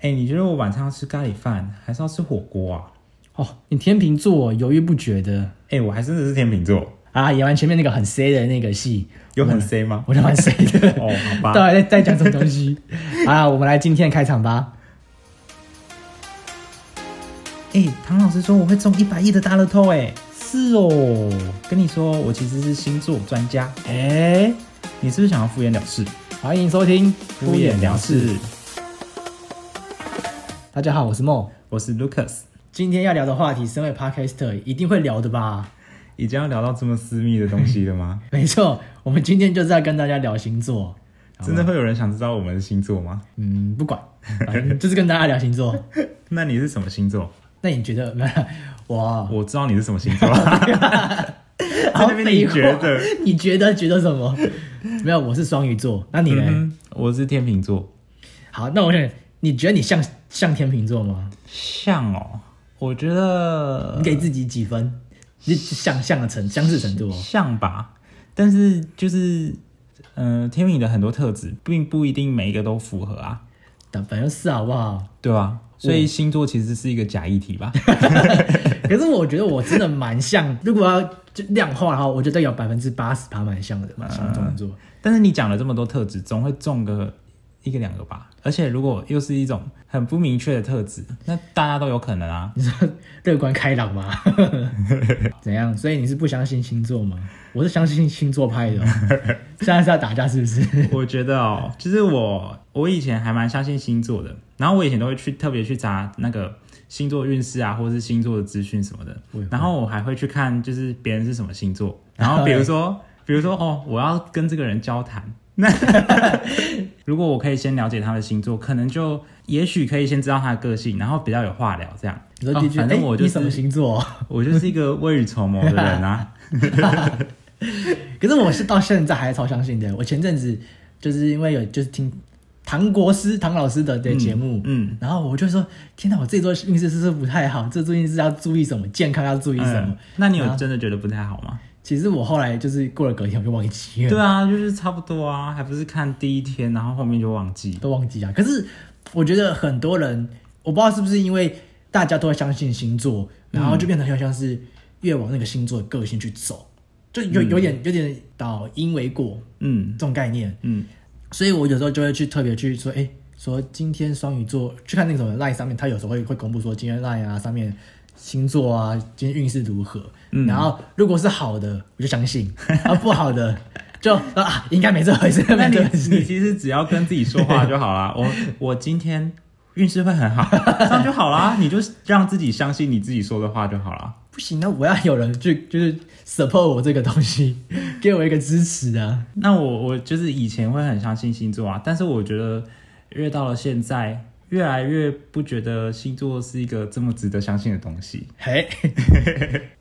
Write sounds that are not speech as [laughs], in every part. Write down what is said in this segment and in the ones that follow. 哎、你觉得我晚上要吃咖喱饭，还是要吃火锅啊？哦，你天秤座犹豫不决的哎、我还真的是天秤座，啊！演完前面那个很 C 的那个戏，有很 C 吗？我就蛮 C 的。 [laughs] 哦，好吧。到底在在讲什么 [laughs] 东西啊？我们来今天的开场吧。哎、唐老师说我会中一百亿的大乐透、哎，是哦，跟你说，我其实是星座专家。哎，你是不是想要敷衍了事？欢迎收听敷敷衍了事，大家好，我是梦。我是 Lucas，今天要聊的话题，身为 Podcaster 一定会聊的吧？已经要聊到这么私密的东西了 [laughs] 吗？没错，我们今天就是要跟大家聊星座。真的会有人想知道我们的星座吗？嗯，不管，反正 [laughs] 就是跟大家聊星座。那你是什么星座？那你觉得， [laughs] 没有哇，我知道你是什么星座，在好那边你废话觉得？你觉得觉得什么？没有，我是双鱼座，那 [laughs] 你呢？嗯哼，我是天秤座，好，那我想，你觉得你像像天秤座吗？像哦，我觉得你给自己几分？你想象的程相似程度哦。像吧，但是就是，嗯、天秤的很多特质并不一定每一个都符合啊，但反正是好不好？ [laughs] 对吧、所以星座其实是一个假议题吧？可是我觉得我真的蛮像，如果要就量化的话，我觉得有百分之八十趴蛮像的，蛮啊像天秤座。但是你讲了这么多特质，总会中个一个两个吧。而且如果又是一种很不明确的特质，那大家都有可能啊。乐观开朗嘛？ [laughs] 怎样？所以你是不相信星座吗？我是相信星座派的 [laughs] 哦、现在是要打架是不是？我觉得哦，就是我我以前还蛮相信星座的，然后我以前都会去特别去查那个星座运势啊，或是星座的资讯什么的我也会。然后我还会去看就是别人是什么星座，然 [laughs] 后比如说比如说哦，我要跟这个人交谈。 [laughs] 那如果我可以先了解他的星座，可能就也许可以先知道他的个性，然后比较有话聊这样。你说第一哦句，反正哎我就你是什么星座？我就是一个未雨绸缪的人啊。 [laughs] 可是我是到现在还超相信的。我前阵子就是因为有就是听唐国师唐老师的的节目，嗯，然后我就说，天哪，我这周运势是不是不太好？这周运势要注意什么？健康要注意什么？嗯那你有啊真的觉得不太好吗？其实我后来就是过了隔天我就忘记了，对啊，就是差不多啊，还不是看第一天，然后后面就忘记。都忘记啊。可是我觉得很多人，我不知道是不是因为大家都会相信星座，然后就变得很像是越往那个星座的个性去走，就有有点有点倒因为果嗯这种概念。嗯所以我有时候就会去特别去说，哎、说今天双鱼座去看那个什么 line 上面，他有时候会会公布说今天 line 啊上面星座啊今天运势如何，嗯然后如果是好的我就 [laughs] 相信，啊不好的就啊应该没这回事，那没你这 [laughs] 回你事。其实只要跟自己说话就好 [laughs] 啦。我我今天运势会很好，这样就好 [laughs] 啦。你就让自己相信你自己说的话就好啦。不行，那我要有人去就是 support 我这个东西， [laughs] 给我一个支持啊。那我我就是以前会很相信星座啊，但是我觉得越到了现在，越来越不觉得星座是一个这么值得相信的东西。嘿， [laughs]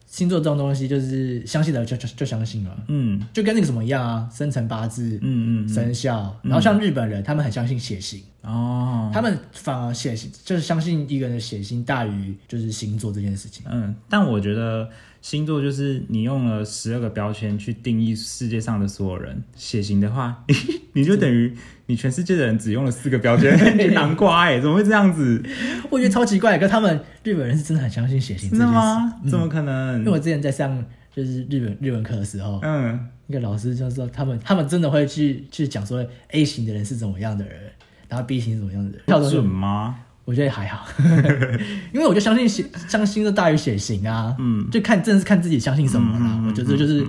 星座这种东西就是相信了就就就相信了，嗯就跟那个什么一样啊，生辰八字、嗯嗯嗯，生肖，然后像日本人他们很相信血型。哦，他们反而血型就是相信一个人的血型大于就是星座这件事 [laughs] 情。嗯，但我觉得星座就是你用了十二个标签去定义世界上的所有人。血型的话， [laughs] 你你就等于你全世界的人只用了四个标签 [laughs] [laughs] 去囊括、欸，怎么会这样子？我觉得超奇怪，可是他们日本人是真的很相信血型这真件的事。吗？怎么可嗯因为我能？之前在上就是日本日文课的时候，嗯，那个老师就说他们他们真的会去去讲说 A 型的人是怎么样的人，然后 B 型是怎么样的人。那我就准吗？我觉得还好， [laughs] 因为我就相信血相信的大于血型啊，嗯，就看真的是看自己相信什么啦。嗯嗯嗯嗯我觉得这就是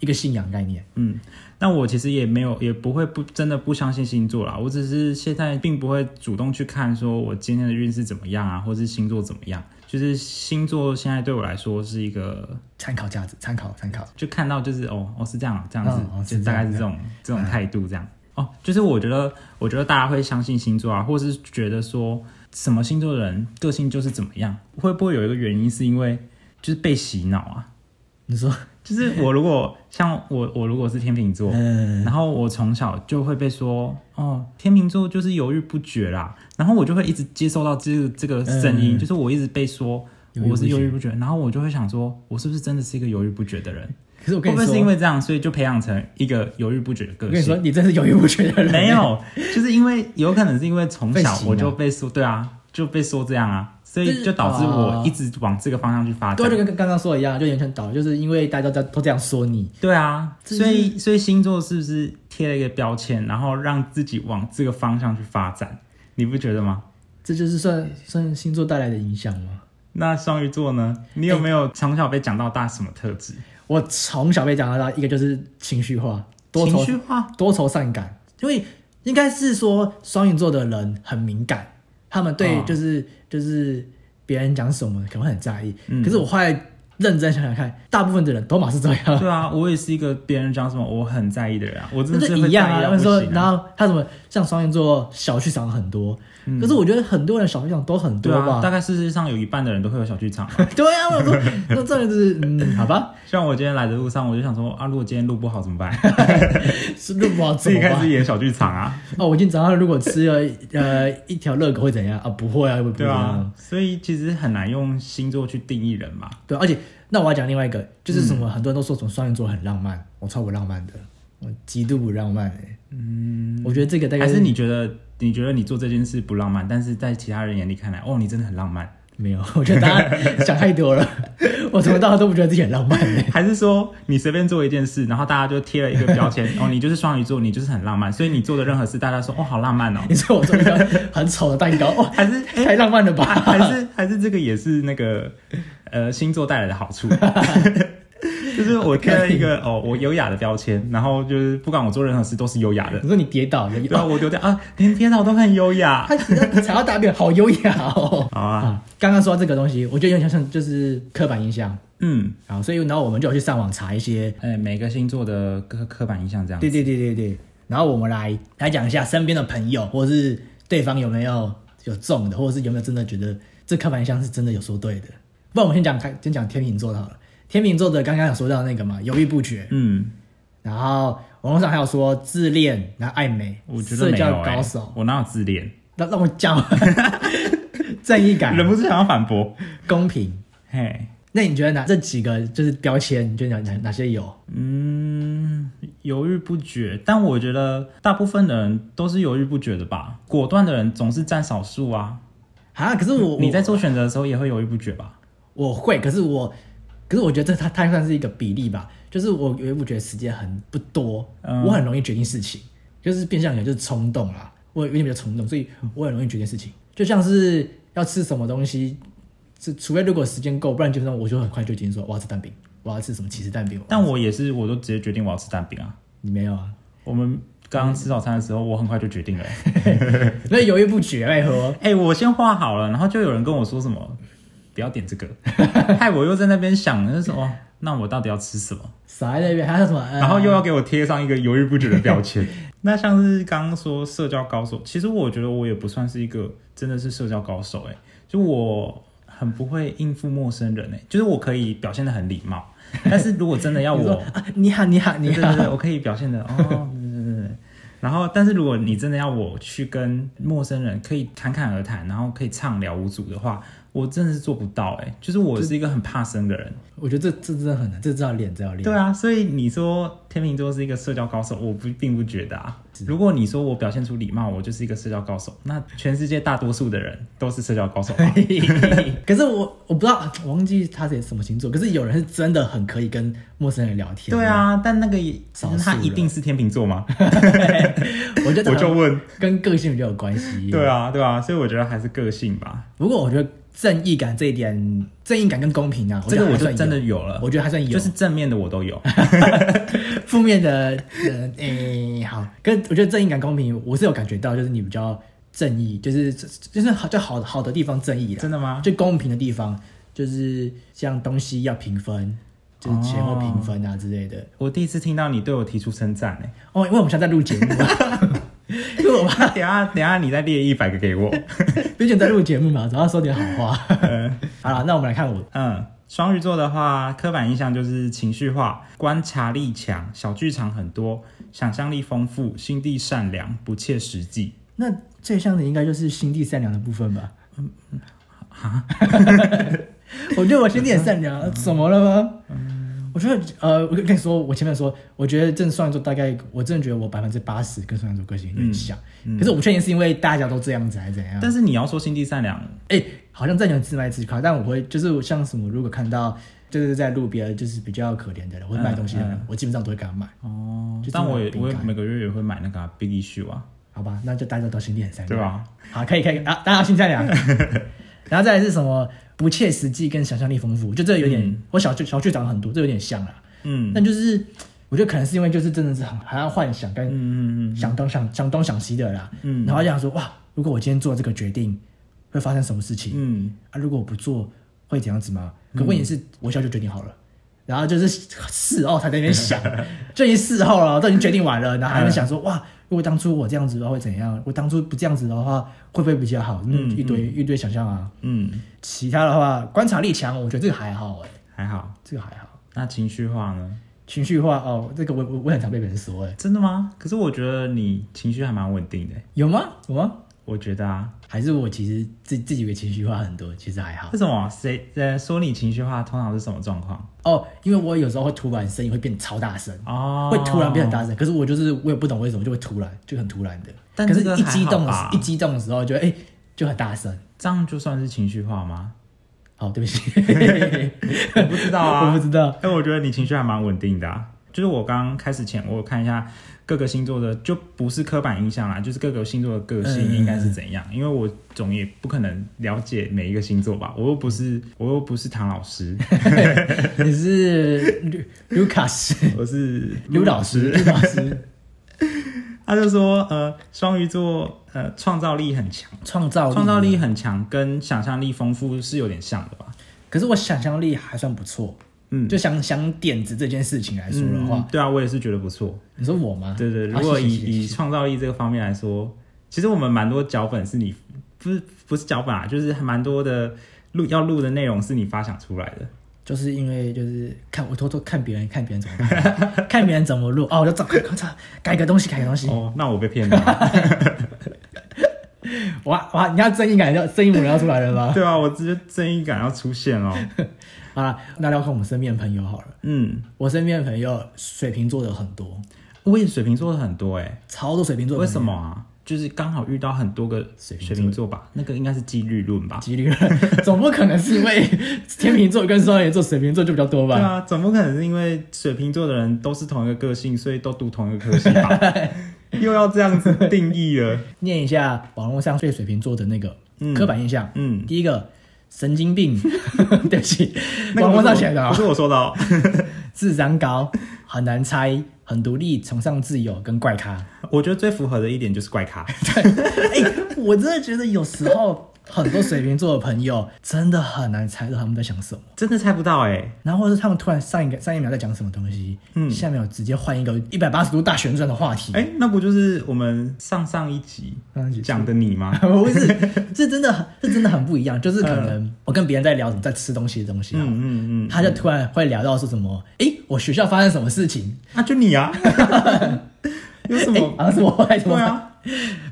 一个信仰概念。嗯，但我其实也没有，也不会不真的不相信星座啦。我只是现在并不会主动去看，说我今天的运势怎么样啊，或是星座怎么样。就是星座现在对我来说是一个参考价值，参考参考。就看到就是哦哦是这样啊这样子，嗯哦是就大概是这这种这种态度这样。哦，就是我觉得我觉得大家会相信星座啊，或是觉得说什么星座的人个性就是怎么样，会不会有一个原因是因为就是被洗脑啊？你说，就是我如果像我我如果是天秤座，嗯，然后我从小就会被说，哦，天秤座就是犹豫不决啦。然后我就会一直接受到这个这个声音，嗯就是我一直被说犹豫不决我是犹豫不决，然后我就会想说，我是不是真的是一个犹豫不决的人？ [laughs] 可是我会跟不你会是因说，为这样，所以就培养成一个犹豫不决的我个跟你说，性？你真是犹豫不决的 [laughs] 人。没， [laughs] 有，就是因为有可能是因为从被小洗脑我就被说，对啊，就被说这样啊，所就以是就导致哦我一直往这个方向去发对，展就。跟刚刚说的一样，就完全倒，就是因为大家都都这样说你，对啊，这所以所以星座是不是贴了一个标签，然后让自己往这个方向去发展？你不觉得吗？这就是算算星座带来的影响吗？那双鱼座呢？你有没有从小被讲到大什么特质？我从小被讲到大，一个就是情绪化，多情愁绪化，多愁善感，因为应该是说双鱼座的人很敏感，他们对哦就是、就是别人讲什么可能会很在意。嗯可是我后来认真想想看，大部分的人都嘛是这样，对啊，我也是一个别人讲什么我很在意的人啊，我真那的就是会一样啊。在意他到们说，不行然啊后他什么像双鱼座小剧场很多，可是我觉得很多人小剧场都很嗯对多啊，大吧。概世界上有一半的人都会有小剧场啊。 [laughs] 对啊，我说那这样就是嗯，好吧，像我今天来的路上，我就想说啊，如果今天录不好怎么 [laughs] 办？是录不好自怎己么开始办？演小剧场 [laughs] 啊，哦，我今天早上如果吃了 [laughs] 呃一条热狗会怎样啊？不会啊，会不会对啊，所以其实很难用星座去定义人嘛。对，而且那我要讲另外一个，就是什嗯么、很多人都说什么双鱼座很浪漫，我超不浪漫的，我极度不浪漫哎、嗯，我觉得这个大概还是你觉得你觉得你做这件事不浪漫，但是在其他人眼里看来，哦，你真的很浪 [laughs] 漫。没有，我觉得大家想太多了。 [laughs] 我从头到尾都不觉得自己很浪漫、欸，还是说你随便做一件事，然后大家就贴了一个标签，哦，你就是双鱼座，你就是很浪漫，所以你做的任何事，大家说哦，好浪漫哦。你说我做一个很丑 [laughs] 的蛋糕，哦，还 [laughs] 是哎、太浪漫了吧？啊还是还是这个也是那个呃星座带来的好处， [laughs] 就是我贴了一个哦，我优雅的标签，然后就是不管我做任何事都是优雅的， [laughs] 你说你跌倒了，哦对啊，我丢掉啊，连跌倒都很优雅。他踩到大便，好优雅哦。好 [laughs] 啊，啊，刚刚说到这个东西，我觉得有点像就是刻板印象嗯，啊，所以然后我们就有去上网查一些哎、每个星座的刻刻板印象这样对对对对对。然后我们来来讲一下身边的朋友，或是对方有没有有中的，或者是有没有真的觉得这刻板印象是真的有说对的。不然我们先讲开，先讲天秤座的好了。天秤座的刚刚有说到那个嘛，犹豫不决，嗯，然后网络上还有说自恋，然后爱美，我觉得社没有、交哎高手。我哪有自恋？那让我讲完， [laughs] 正义 [laughs] 感、忍不住想要反驳。公平。嘿，那你觉得哪这几个就是标签？你觉得哪哪哪些有？嗯，犹豫不决，但我觉得大部分的人都是犹豫不决的吧，果断的人总是占少数啊。啊，可是我你我在做选择的时候也会犹豫不决吧？我会，可是我，可是我觉得这它它算是一个比例吧，就是我有一部觉得时间很不多，嗯我很容易决定事情，就是变相讲就是冲动啦，我有点比较冲动，所以我很容易决定事情，就像是要吃什么东西，是除非如果时间够，不然基本上我就很快就决定说我要吃蛋饼，我要吃什么起司蛋饼，但我也是，我都直接决定我要吃蛋饼啊。你没有啊，我们刚刚吃早餐的时候，我很快就决定了、欸。那犹豫不 [laughs] 决为何？哎、我先画好了，然后就有人跟我说什么，不要点这 [laughs] 个，害我又在那边想，就是说哦，那我到底要吃什么？傻在那边，还有什么？呃然后又要给我贴上一个犹豫不决的标 [laughs] 签。那像是刚刚说社交高手，其实我觉得我也不算是一个真的是社交高手、欸，就我很不会应付陌生人、欸，就是我可以表现的很礼貌， [laughs] 但是如果真的要你说我，啊，你好，你好，你对对 [laughs] 好，对，我可以表现的哦，对对对对。然后，但是如果你真的要我去跟陌生人可以侃侃而谈，然后可以畅聊无阻的话，我真的是做不到哎、就是我是一个很怕生的人。我觉得这这真的很难，这真的要练，这要练。对啊，所以你说天秤座是一个社交高手，我不并不觉得啊。如果你说我表现出礼貌，我就是一个社交高手，那全世界大多数的人都是社交高手吧。可是我我不知道，我忘记他是什么星座。可是有人是真的很可以跟陌生人聊 [laughs] 天。对，啊，但那个也少数他一人定是天秤座 [laughs] 吗？我觉得我就这好像问。跟个性比较有关系。对，啊，对啊，所以我觉得还是个性吧。不过我觉得正义感这一点，正义感跟公平啊，这个我觉得就还算有真的，有了，我觉得还算有，就是正面的我都 [laughs] 有。负面的，呃，诶、好，跟我觉得正义感、公平，我是有感觉到，就是你比较正义，就是就是好就好好的地方正义啦，真的吗就公平的地方，就是像东西要平分，哦就是钱要平分啊之类的。我第一次听到你对我提出称赞欸诶、哦，因为我们现在在录节目啊，因为我那 [laughs] 等一下等一下你再列一百个给我。 [laughs] 毕竟在录节目嘛，总要说点好话。好了，那我们来看我，嗯，双鱼座的话，刻板印象就是情绪化、观察力强、小剧场很多、想象力丰富、心地善良、不切实际。那最像的应该就是心地善良的部分吧。嗯啊 [laughs] [laughs] 嗯我觉得我心地很善良，怎么了吗？我觉得，呃，我跟跟你说，我前面说，我觉得这双鱼座大概，我真的觉得我百分之八十跟双鱼座个性有点像，可是我不确定是因为大家都这样子还是怎样。嗯但是你要说心地善良，哎、好像在讲自卖自夸，但我会就是像什么，如果看到就是在路边就是比较可怜的人，或者卖东西的人，嗯嗯我基本上都会给他买。哦就，但真的我也很我也敏感每个月也会买那个啊 Big Issue 啊，好吧，那就大家都心地很善良，对？吧？好，可以可以啊，大家要心 [laughs] 善良。然后再来是什么不切实际跟想象力丰富，就这有点，嗯我小剧小剧长很多，这有点像啦。嗯 [laughs] 但就是我觉得可能是因为就是真的是很还要幻想跟嗯嗯嗯想东想想东想西的啦，嗯然后就想说哇，如果我今天做这个决定，会发生什么事情？嗯，啊，如果我不做会怎样子吗？可问题是，我现在就决定好了，然后就是事后才在那边想，就已经事后了，都已经决定完了，然后还在想说，哇，如果当初我这样子的话会怎样？我当初不这样子的话会不会比较好？嗯，嗯一堆一堆想象啊。嗯，其他的话，观察力强，我觉得这个还好哎、还好。这个还好。那情绪化呢？情绪化哦，这个我我我很常被别人说哎、真的吗？可是我觉得你情绪还蛮稳定的欸，有吗？有吗？我觉得啊。还是我其实自自己以为情绪化很多，其实还好为什么谁呃说你情绪化通常是什么状况？哦，因为我有时候会突然声音会变超大声哦，会突然变很大声，可是我就是我也不懂为什么就会突然，就很突然的。但可是这个一还激好动的时吧，一激动的时候就哎、就很大声。这样就算是情绪化吗？好，对不起，我不知道 [laughs] 啊， [laughs] 我不知道。哎，我觉得你情绪还蛮稳定的、啊。就是我刚开始前，我有看一下各个星座的，就不是刻板印象啦，就是各个星座的个性嗯应该是怎样。因为我总也不可能了解每一个星座吧，我又不是我又不是唐老师， [laughs] 你是 Lu- Lucas 我是刘老师，刘老师他就说，呃，双鱼座呃创造力很强，创造创造力。力很强跟想象力丰富是有点像的吧？可是我想象力还算不错，嗯，就想想点子这件事情来说的话嗯，对啊，我也是觉得不错。你说我吗？对对，啊如果谢以、谢谢谢以创造力这个方面来说，其实我们蛮多脚本是你不是不是脚本啊，就是还蛮多的录要录的内容是你发想出来的。就是因为就是看我偷偷看别人看别人怎么拍看别人怎么录哦，我就找找改个东西改个东西，哦，那我被骗了。 [laughs] 哇哇，你要正义感要正义母人要出来了吧？对啊，我直接正义感要出现哦。好了，那聊看我们身边的朋友好了。嗯，我身边的朋友水瓶座的很多，我也水瓶座的很多哎、超多水瓶座的为朋友什么啊？就是刚好遇到很多个水水瓶座瓶座吧，那个应该是几率论吧？几率论总不可能是因为天秤座跟双鱼座、水瓶座就比较多对吧？啊，总不可能是因为水瓶座的人都是同一个个性，所以都读同一个科系 [laughs] 吧？又要这样子定义了。念一下网络上对水瓶座的那个嗯刻板印象。嗯，第一个，神 [laughs] 经病，对不起，那个网不络是上我写的不哦，是我说的哦。 [laughs] 智商高，很难猜，很独立，崇尚自由，跟怪咖。我觉得最符合的一点就是怪咖，哎、我真的觉得有时候很多水瓶座的朋友真的很难猜到他们在想什么。真的猜不到哎、然后或者是他们突然上一个上一秒在讲什么东西，嗯，下面有直接换一个一百八十度大旋转的话题， [laughs] 哎、那不就是我们上上一集嗯上一集讲的你 [laughs] 吗？不是，这真的很这真的很不一样，就是可能我跟别人在聊什么在吃东西的东西，嗯嗯，嗯嗯，他就突然会聊到说什么，哎，我学校发生什么事情，那、就你啊， [laughs] 有什哎么，？好像是我还哦是对我，啊，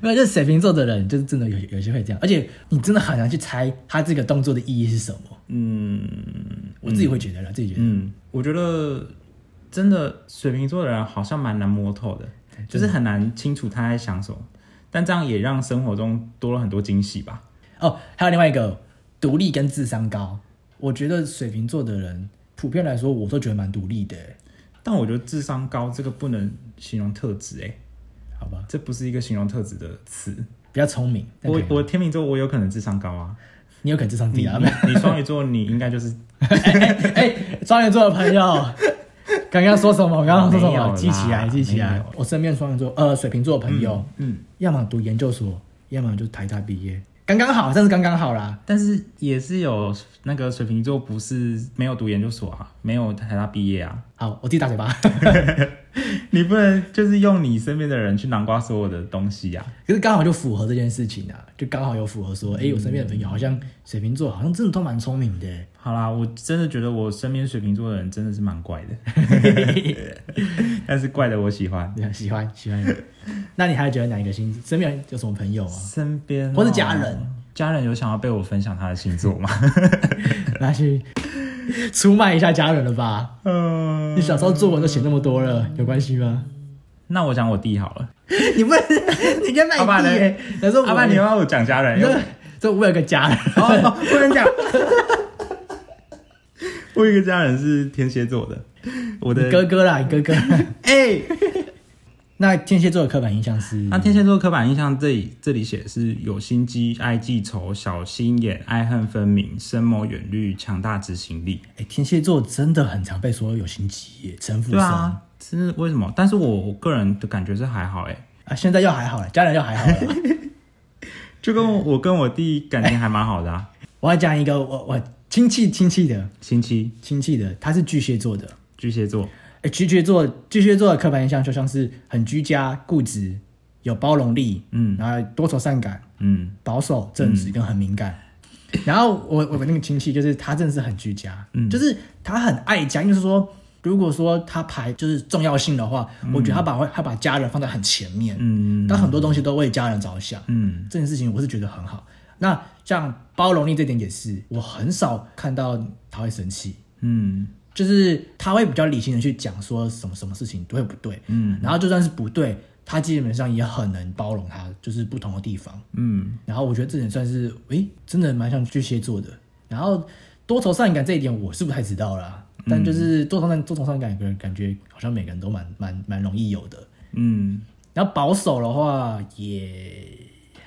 没有，就是水瓶座的人就是真的有有些会这样，而且你真的很难去猜他这个动作的意义是什么，嗯我自己会觉得啦，自己觉得，嗯，我觉得真的水瓶座的人好像蛮难摸透的，就是很难清楚他在想什么，但这样也让生活中多了很多惊喜吧。哦，还有另外一个独立跟智商高，我觉得水瓶座的人普遍来说我都觉得蛮独立的，哎但我觉得智商高这个不能形容特质，哎，好吧。这不是一个形容特质的词。比较聪明。但我可以我天秤座，我有可能智商高啊。你有可能智商 [laughs] 你 [laughs] 低啊？你你双鱼座，你应该就是 [laughs] 哎，双鱼座 [laughs] 的朋友，刚刚说什么？我刚刚说什没有么？啦记起来，记起没来有。我身边双鱼座，呃，水瓶座的朋友， [laughs] 嗯，要么读研究所，要么就台大毕业，刚刚好，算是刚刚好啦。但是也是有那个水瓶座不是没有读研究所啊，没有台大毕业啊，好，我自己打嘴巴。 [laughs] [laughs] 你不能就是用你身边的人去南瓜所有的东西啊。可是刚好就符合这件事情啊，就刚好有符合说，哎，我身边的朋友好像水瓶座，好像真的都蛮聪明的。好啦，我真的觉得我身边水瓶座的人真的是蛮怪的， [laughs] [laughs] 但是怪的我喜欢。你看， [laughs] 喜欢喜欢。那你还觉得哪一个星？身边有什么朋友吗？ [laughs] 身边哦或是家人， [laughs] 家人有想要被我分享他的星座吗？那去 [laughs] 出卖一下家人了吧？嗯， [laughs] 你小时候作文都写那么多了，有关系吗？那我讲我弟好了。你不能，你跟阿爸卖地呢耶！他说阿我爸，你要不要我讲家人？这这我有个家人，哦，哦不能讲。 [laughs] 我有一个家人是天蝎座的，我的你 [laughs] 哥哥啦，你哥哥。哎，那天蝎座的刻板印象是，那天蝎座刻板印象这里这里写的是有心机、爱记仇、小心眼、爱恨分明、深谋远虑、强大执行力。哎，天蝎座真的很常被说有心机耶，城府对深啊，是为什么？但是我我个人的感觉是还好哎、啊。现在要还好了，家人要还好了。就跟我我跟我弟感情还蛮好的啊，我要讲一个我我亲戚亲戚的亲戚亲戚的，他是巨蟹座的。巨蟹座，哎，巨蟹座巨蟹座的刻板印象就像是很居家、固执、有包容力，嗯然后多愁善感、嗯保守、正直跟很敏感。然后我我那个亲戚就是他真的是很居家，嗯就是他很爱家，就是说如果说他排就是重要性的话，我觉得他把会他把家人放在很前面，嗯他很多东西都为家人着想，嗯这件事情我是觉得很好。那像包容力这点也是，我很少看到他会生气，嗯就是他会比较理性的去讲说什么什么事情对不对，嗯然后就算是不对，他基本上也很能包容他，就是不同的地方。嗯，然后我觉得这点算是，诶，真的蛮像巨蟹座的。然后多愁善感这一点我是不太知道啦，但就是多愁善多愁善感，个人感觉好像每个人都蛮蛮蛮容易有的。嗯，然后保守的话也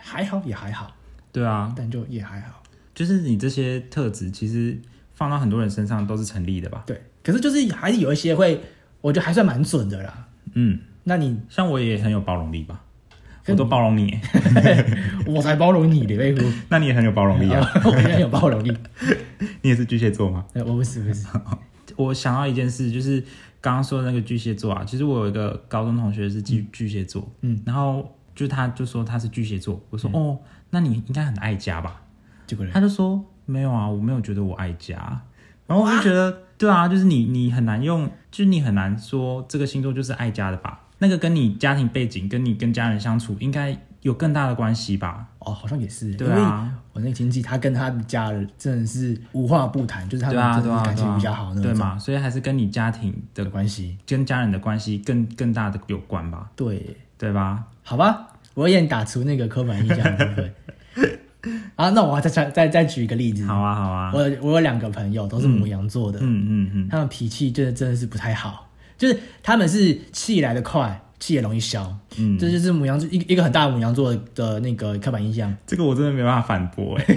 还好，也还好，对啊，但就也还好。就是你这些特质，其实放到很多人身上都是成立的吧？对，可是就是还是有一些会，我觉得还算蛮准的啦。嗯，那你像我也很有包容力吧，跟我都包容你 [laughs] 耶， [laughs] 我才包容你，李贝夫，那你也很有包容力啊？ [laughs] 我也有包容力。你也是巨蟹座吗？哎我不是不是，嗯我想到一件事，就是刚刚说的那个巨蟹座啊，其实我有一个高中同学是巨、巨蟹座，嗯，然后就他就说他是巨蟹座，我说、哦，那你应该很爱家吧？这个人他就说没有啊，我没有觉得我爱家，然后我就觉得对啊，就是你你很难用，就是你很难说这个星座就是爱家的吧？那个跟你家庭背景、跟你跟家人相处应该有更大的关系吧？哦，好像也是，对啊，我那个亲戚，他跟他家人真的是无话不谈，就是他对们啊，真对的啊，是感对情啊比较好那种对嘛？所以还是跟你家庭的的、关系。跟家人的关系更更大的有关吧？对，对吧？好吧，我也打出那个刻板印象的部分。 [laughs] 啊，那我再再再再举一个例子，好啊，好啊，我有我有两个朋友都是母羊座的，嗯嗯嗯，他们脾气真的真的是不太好，就是他们是气来的快，气也容易消，嗯这就是母羊座一个一个很大的母羊座的那个刻板印象， [laughs] 这个我真的没办法反驳哎、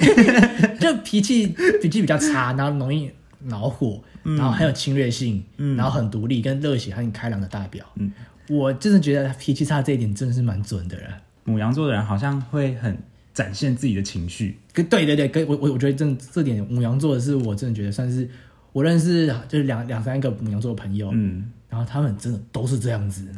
就脾气脾气比较差，然后容易恼火，嗯然后很有侵略性，然后很独立跟热血和开朗的大表，嗯我真的觉得脾气差这一点真的是蛮准的了。母羊座的人好像会很展现自己的情绪，跟对对对，跟我我我觉得这这点母羊座的是我真的觉得算是我认识就是两两三个母羊座的朋友，嗯然后他们真的都是这样子，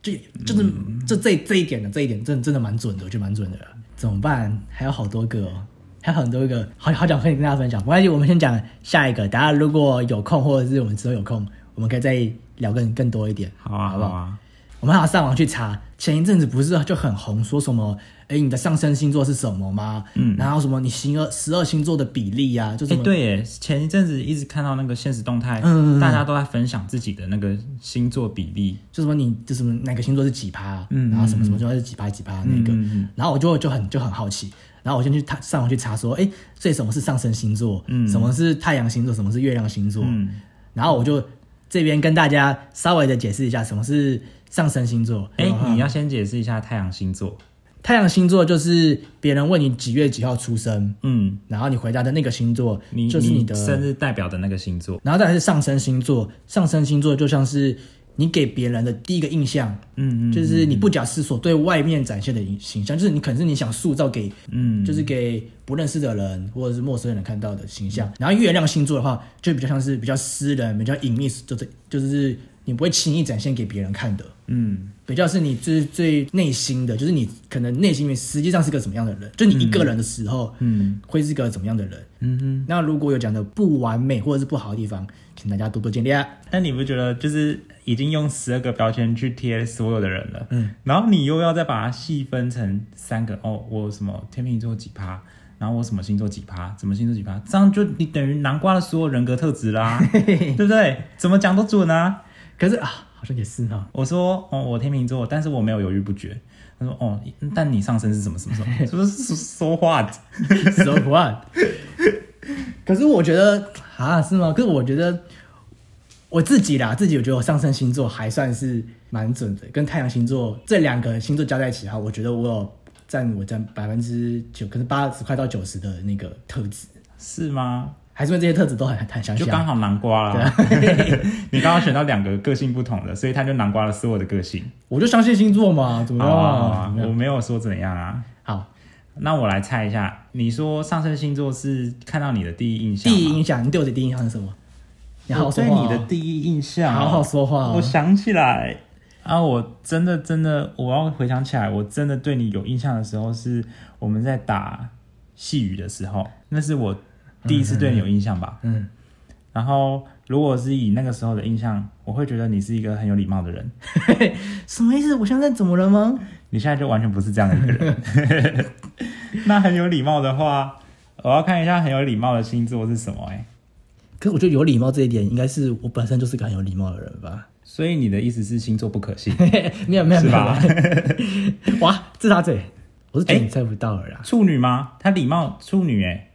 就就是、这这这一点的这一点真的真的蛮准的，我觉得蛮准的了。怎么办？还有好多个、哦，还有很多个，好好想可以跟大家分享。没关系，我们先讲下一个。大家如果有空，或者是我们之后有空，我们可以再聊更更多一点。好啊，好好不好？啊，我们还要上网去查，前一阵子不是就很红，说什么？哎，你的上升星座是什么吗？嗯，然后什么你星二十二星座的比例呀、就哎、什么、对耶，前一阵子一直看到那个现实动态，嗯嗯嗯大家都在分享自己的那个星座比例，就什么你就什么哪个星座是几趴，嗯然后什么什么星座是几趴几趴那个，嗯嗯然后我就就很就很好奇，然后我先去查上网去查说，哎，所以什么是上升星座，嗯什么是太阳星座，什么是月亮星座，嗯，然后我就这边跟大家稍微的解释一下什么是上升星座。哎、然后你要先解释一下太阳星座，太阳星座就是别人问你几月几号出生，嗯，然后你回答的那个星座你就是你的生日代表的那个星座，然后再来是上升星座，上升星座就像是你给别人的第一个印象，嗯嗯，就是你不假思索对外面展现的形象，就是你可能是你想塑造给，嗯，就是给不认识的人或者是陌生人看到的形象。然后月亮星座的话，就比较像是比较私人、比较隐秘，就是就是你不会轻易展现给别人看的，嗯比较是你最最内心的，就是你可能内心里面实际上是个什么样的人，就你一个人的时候，嗯会是个怎么样的人。嗯哼。那如果有讲的不完美或者是不好的地方，请大家多多见谅。但你不觉得就是已经用十二个标签去贴所有的人了，嗯，然后你又要再把它细分成三个哦，我有什么天秤座几趴，然后我什么星座几趴，什么星座几趴，这样就你等于南瓜的所有人格特质 [laughs] 啦，对不对？怎么讲都准啊。 [laughs] 可是啊，好像也是哈，我说哦，我天秤座，但是我没有犹豫不决。他说哦，但你上升是什么什么 [laughs] 什么？说是说话， [laughs] so what？可是我觉得啊，是吗？可是我觉得我自己啦，自己我觉得我上升星座还算是蛮准的，跟太阳星座这两个星座加在一起的话，我觉得我有占我占百分之九，可能八十快到九十的那个特质，是吗？还是因为这些特质都很很啊相就像。刚好南瓜啦。 [laughs] 你刚好选到两个个性不同的，所以他就南瓜了所有的个性。我就相信星座嘛，怎么样嘛？啊怎么我样没有说怎样啊。好，那我来猜一下，你说上升星座是看到你的第一印象第吗？一印象，你对我的第一印象是什么？你好好我说对话你哦、的第一印象哦，好好说话哦我想起来啊，我真的真的，我要回想起来，我真的对你有印象的时候是我们在打细雨的时候，那是我第一次对你有印象吧。嗯，然后如果是以那个时候的印象，我会觉得你是一个很有礼貌的人。什么意思？我现在怎么了吗？你现在就完全不是这样的一个人。 [laughs] 那很有礼貌的话，我要看一下很有礼貌的星座是什么、欸。哎，可是我觉得有礼貌这一点，应该是我本身就是个很有礼貌的人吧？ [laughs] 所以你的意思是星座不可信？没有没有是没有吧， [laughs] 哇，自杀嘴，我是觉得哎你猜不到了啦，处女吗？她礼貌处女哎、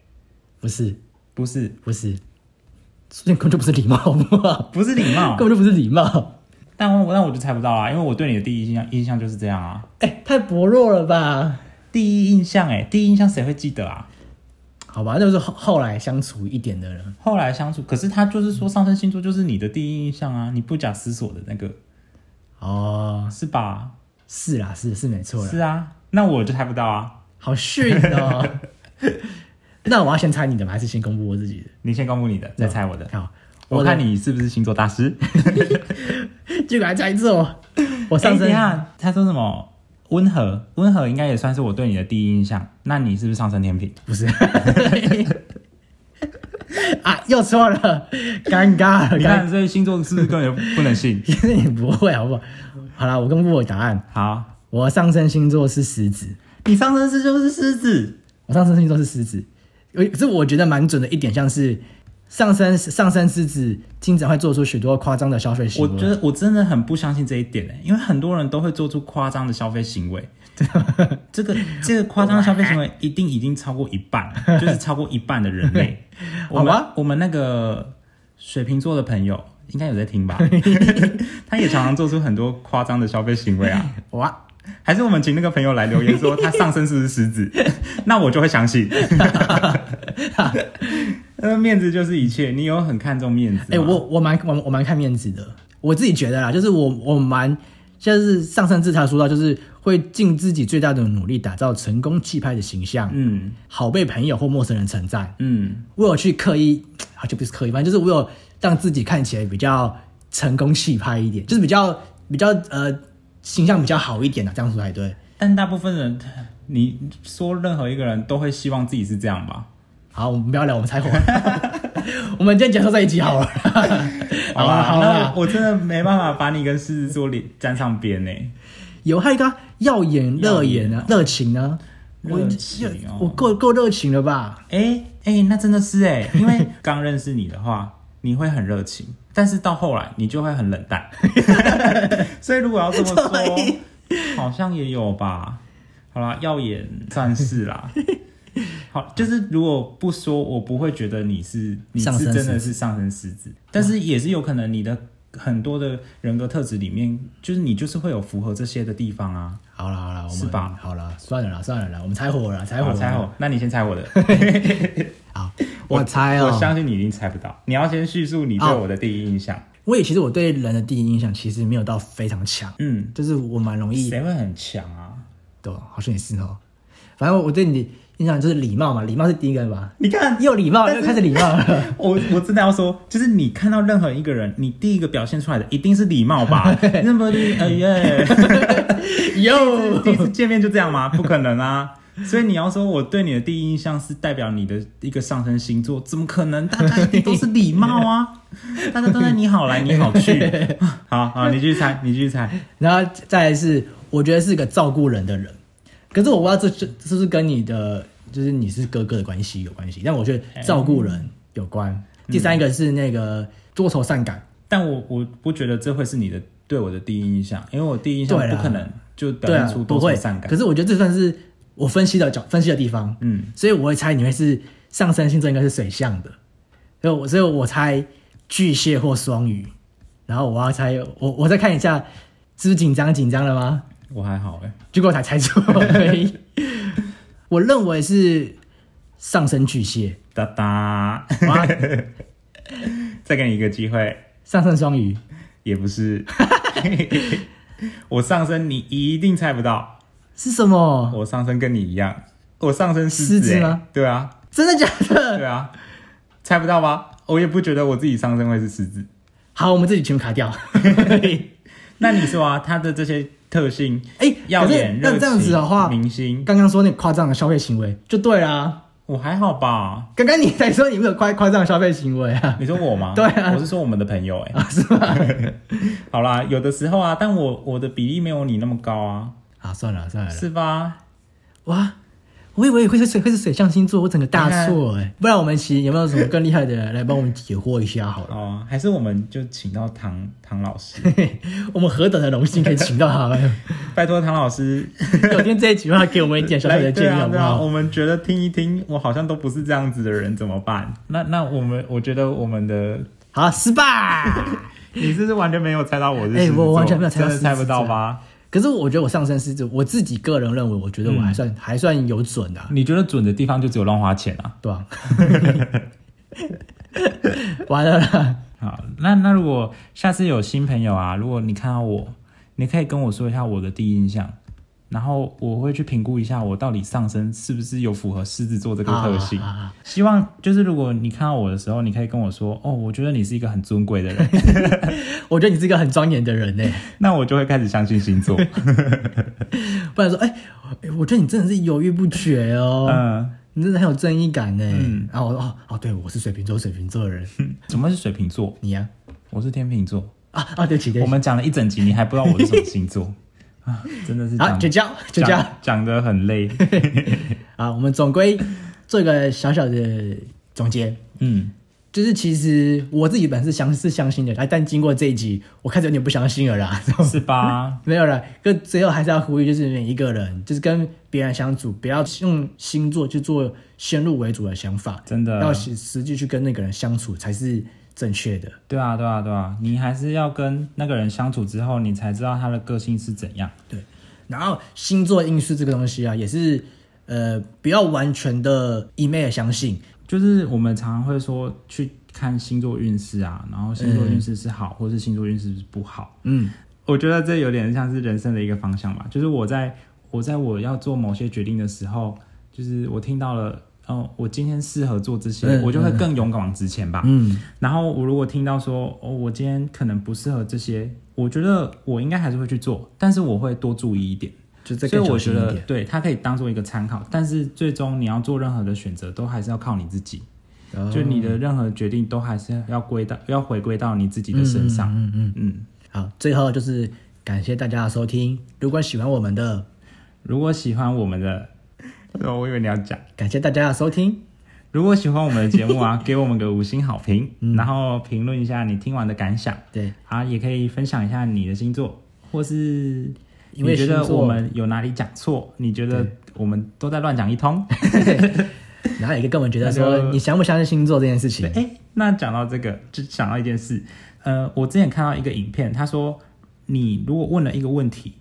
不是不是，不是，所以根本就不是礼貌，好不好？不是礼貌根。本就不是礼貌，但我但我就猜不到啊啦，因为我对你的第一印象印象就是这样啊。哎、太薄弱了吧？第一印象哎、第一印象谁会记得啊？好吧，那就是后后来相处一点的人，后来相处，可是他就是说上升星座就是你的第一印象啊，你不假思索的那个哦，是吧？是啦，是是没错啦，是啊，那我就猜不到啊。好逊 [laughs] 哦。那我要先猜你的吗？还是先公布我自己的？你先公布你的，再猜我的。好，我的看你是不是星座大师。就来猜错。我我上升、你看他说什么温和，温和应该也算是我对你的第一印象。那你是不是上升天平？不是 [laughs] 啊，又错了，尴尬了，你尴 [laughs] 看，所以星座是不是根本就不能信？ [laughs] 尬，你不会好不好？好啦，我公布我答案，好，我上升星座是狮子，你上升是就是狮子，我上升星座是狮子，有这我觉得蛮准的一点，像是上升上升狮子经常会做出许多夸张的消费行我为，觉得我真的很不相信这一点呢、欸因为很多人都会做出夸张的消费行为。这个这个夸张的消费行为一定已经超过一半，就是超过一半的人 [laughs] 类。我好们吧我们那个水瓶座的朋友应该有在 [laughs] 听吧？他也常常做出很多夸张的消费行为啊。哇，还是我们请那个朋友来留言说他上身是不是狮子， [laughs] 那我就会相 [laughs] 信。 [laughs] 呃，面子就是一切，你有很看重面子吗。哎、我我蛮我我蛮看面子的，我自己觉得啦，就是我我蛮就是上升自他说到，就是会尽自己最大的努力打造成功气派的形象，嗯好被朋友或陌生人称赞。嗯，我有去刻意，好就不是刻意，反正就是我有让自己看起来比较成功气派一点，就是比较比较呃形象比较好一点的、啊这样说才对。但大部分人，你说任何一个人都会希望自己是这样吧？好，我们不要聊，我们猜火。 [laughs] 我们今天结束这一集好了。 [laughs] 好啦吧，好啊啦啊那，我真的没办法把你跟狮子座连沾上边呢、有还有一个啊耀眼、热眼啊，热情啊，我热情哦我够够热情了吧？哎、哎、那真的是哎、 [laughs] 因为刚认识你的话，你会很热情，但是到后来你就会很冷淡。 [laughs] 所以如果要这么说，好像也有吧。好啦，耀眼算是 [laughs] 啦。好，就是如果不说，我不会觉得你是你上是升真的狮嗯是上升狮子，但是也是有可能你的很多的人格特质里面，就是你就是会有符合这些的地方啊。好了好了，我们是吧？哦好了，算了啦，算了啦，我们猜火了啦，猜火好了，猜。我，那你先猜我的。好，我猜哦。我相信你一定猜不到。你要先叙述你对我的第一印象。我也其实我对人的第一印象其实没有到非常强，嗯，就是我蛮容易谁会很强啊？对，好像也是哦。反正我对你的印象就是礼貌嘛，礼貌是第一个吧。你看，又礼貌，又开始礼貌 [laughs] 了。我我真的要说，就是你看到任何一个人，你第一个表现出来的一定是礼貌吧？那么，哎耶，哟第一次见面就这样吗？不可能啊！所以你要说我对你的第一印象是代表你的一个上升星座，怎么可能？大家一定都是礼貌啊，大家都在你好来你好去。好好，你继续猜，你继续猜。然后再来是，我觉得是个照顾人的人。可是我不知道这这这是不是跟你的就是你是哥哥的关系有关系，但我觉得照顾人有关。嗯第三个是那个多愁善感，但我我不觉得这会是你的对我的第一印象，因为我第一印象对啦啊不可能就表对现啊出，多不会愁善。感。可是我觉得这算是我分析的角分析的地方，嗯，所以我会猜你会是上升星座应该是水象的，所以我所以我猜巨蟹或双鱼，然后我要猜我我再看一下是不是紧张紧张了吗？我还好哎、结果我才猜错而已。我认为是上升巨蟹，哒哒，哇 [laughs] 再给你一个机会，上升双鱼，也不是。 [laughs] 我上身你一定猜不到，是什么？我上身跟你一样，我上身狮狮子、子欸、吗？对啊，真的假的？对啊，猜不到吧？我也不觉得我自己上身会是狮子。好，我们这里全部卡掉。那你说啊，他的这些特性，哎、耀可是眼、热那情、这样子的话，明星，刚刚说那个夸张的消费行为就对啦。我还好吧？刚刚你才说你没有夸夸张的消费行为 [laughs] 啊，？你说我吗对啊我是说我们的朋友、 [laughs] 欸，哎，是吗？ [laughs] 好啦，有的时候啊，但我我的比例没有你那么高啊，啊，算了算了，是吧？哇，我以为会是水会是水象星座，我整个大错哎、不然我们其实有没有什么更厉害的人来帮我们解惑一下好了？哦，还是我们就请到唐唐老师， [laughs] 我们何等的荣幸可以请到他们。拜托唐老师有听这一句话，给我们一点小小的来，对建议啊好不对啊，好？我们觉得听一听，我好像都不是这样子的人，怎么办？那那我们我觉得我们的好，失败。 [laughs] 你是不是完全没有猜到我是哎狮子座我完全没有猜到真的猜狮不子座到吧？可是我觉得我上升狮子，我自己个人认为，我觉得我还嗯算、还算有准的、啊，你觉得准的地方就只有乱花钱啊？[laughs] 对吧、完了啦，好，那那如果下次有新朋友啊，如果你看到我，你可以跟我说一下我的第一印象，然后我会去评估一下我到底上身是不是有符合狮子座这个特性。啊啊啊 [laughs] 希望就是如果你看到我的时候，你可以跟我说哦，我觉得你是一个很尊贵的人， [laughs] 我觉得你是一个很庄严的人呢、那我就会开始相信星 [laughs] 座。不然说，哎、哎我觉得你真的是犹豫不决哦，嗯，你真的很有正义感呢、嗯然后我说，哦哦，对，我是水瓶座，水瓶座的人，什么是水瓶座？你呀、我是天秤座。啊，啊对不起，对我不起，们讲了一整集，你还不知道我是什么星座 [laughs] 啊？真的是好，讲绝交，绝交。讲讲的很累。啊，我们总归做一个小小的总结，嗯， [laughs] 就是其实我自己本身是相是相信的，哎，但经过这一集，我开始有点不相信了啦。 [laughs] 是吧？没有了，可最后还是要呼吁，就是每一个人，就是跟别人相处，不要用星座去做先入为主的想法，真的要实实际去跟那个人相处才是正确的。对啊，对啊，对啊，你还是要跟那个人相处之后，你才知道他的个性是怎样。对，然后星座运势这个东西啊，也是呃，不要完全的一昧的相信，就是我们常常会说去看星座运势啊，然后星座运势是好，或是星座运势是不好。嗯，我觉得这有点像是人生的一个方向吧。就是我在我在我要做某些决定的时候，就是我听到了，哦，我今天适合做这些，嗯我就会更勇敢往直前吧。嗯，然后我如果听到说，哦，我今天可能不适合这些，我觉得我应该还是会去做，但是我会多注意一点。就这所个以我小觉心一得点。对它可以当做一个参考，但是最终你要做任何的选择，都还是要靠你自己。然后就你的任何决定，都还是要归到要回归到你自己的身上。嗯嗯嗯嗯好，最后就是感谢大家的收听。如果喜欢我们的，如果喜欢我们 [laughs] 的，哦我以为你要讲。感谢大家的收听。如果喜欢我们的节目 [laughs] 啊，给我们个五星好评，嗯然后评论一下你听完的感想。对， [laughs] 啊，也可以分享一下你的星座，或是因为你觉得星座我们有哪里讲错，你觉得我们都在乱讲一通。然后也可以跟我们觉得那就说，你相不相信星座这件事情哎、？那讲到这个，就想到一件事，呃，我之前看到一个影片，他说你如果问了一个问题，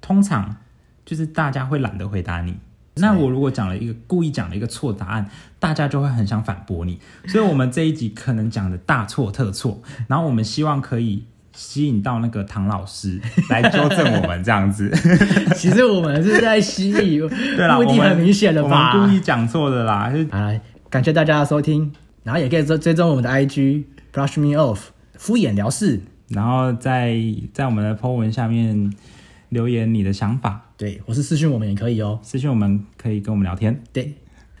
通常就是大家会懒得回答你。那我如果讲了一个故意讲了一个错答案，大家就会很想反驳你，所以我们这一集可能讲的大错特错，然后我们希望可以吸引到那个唐老师来纠正我们这样 [laughs] 子。 [laughs] 其实我们是在吸引，对啦，目的我们很明显了吧我？们故意讲错的啦，就好啦，感谢大家的收听，然后也可以追追踪我们的 IG brush me off 敷衍了事，然后在在我们的 po 文下面留言你的想法，对我是私讯我们也可以哦。私信我们可以跟我们聊天，对，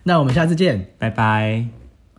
那我们下次见，拜拜。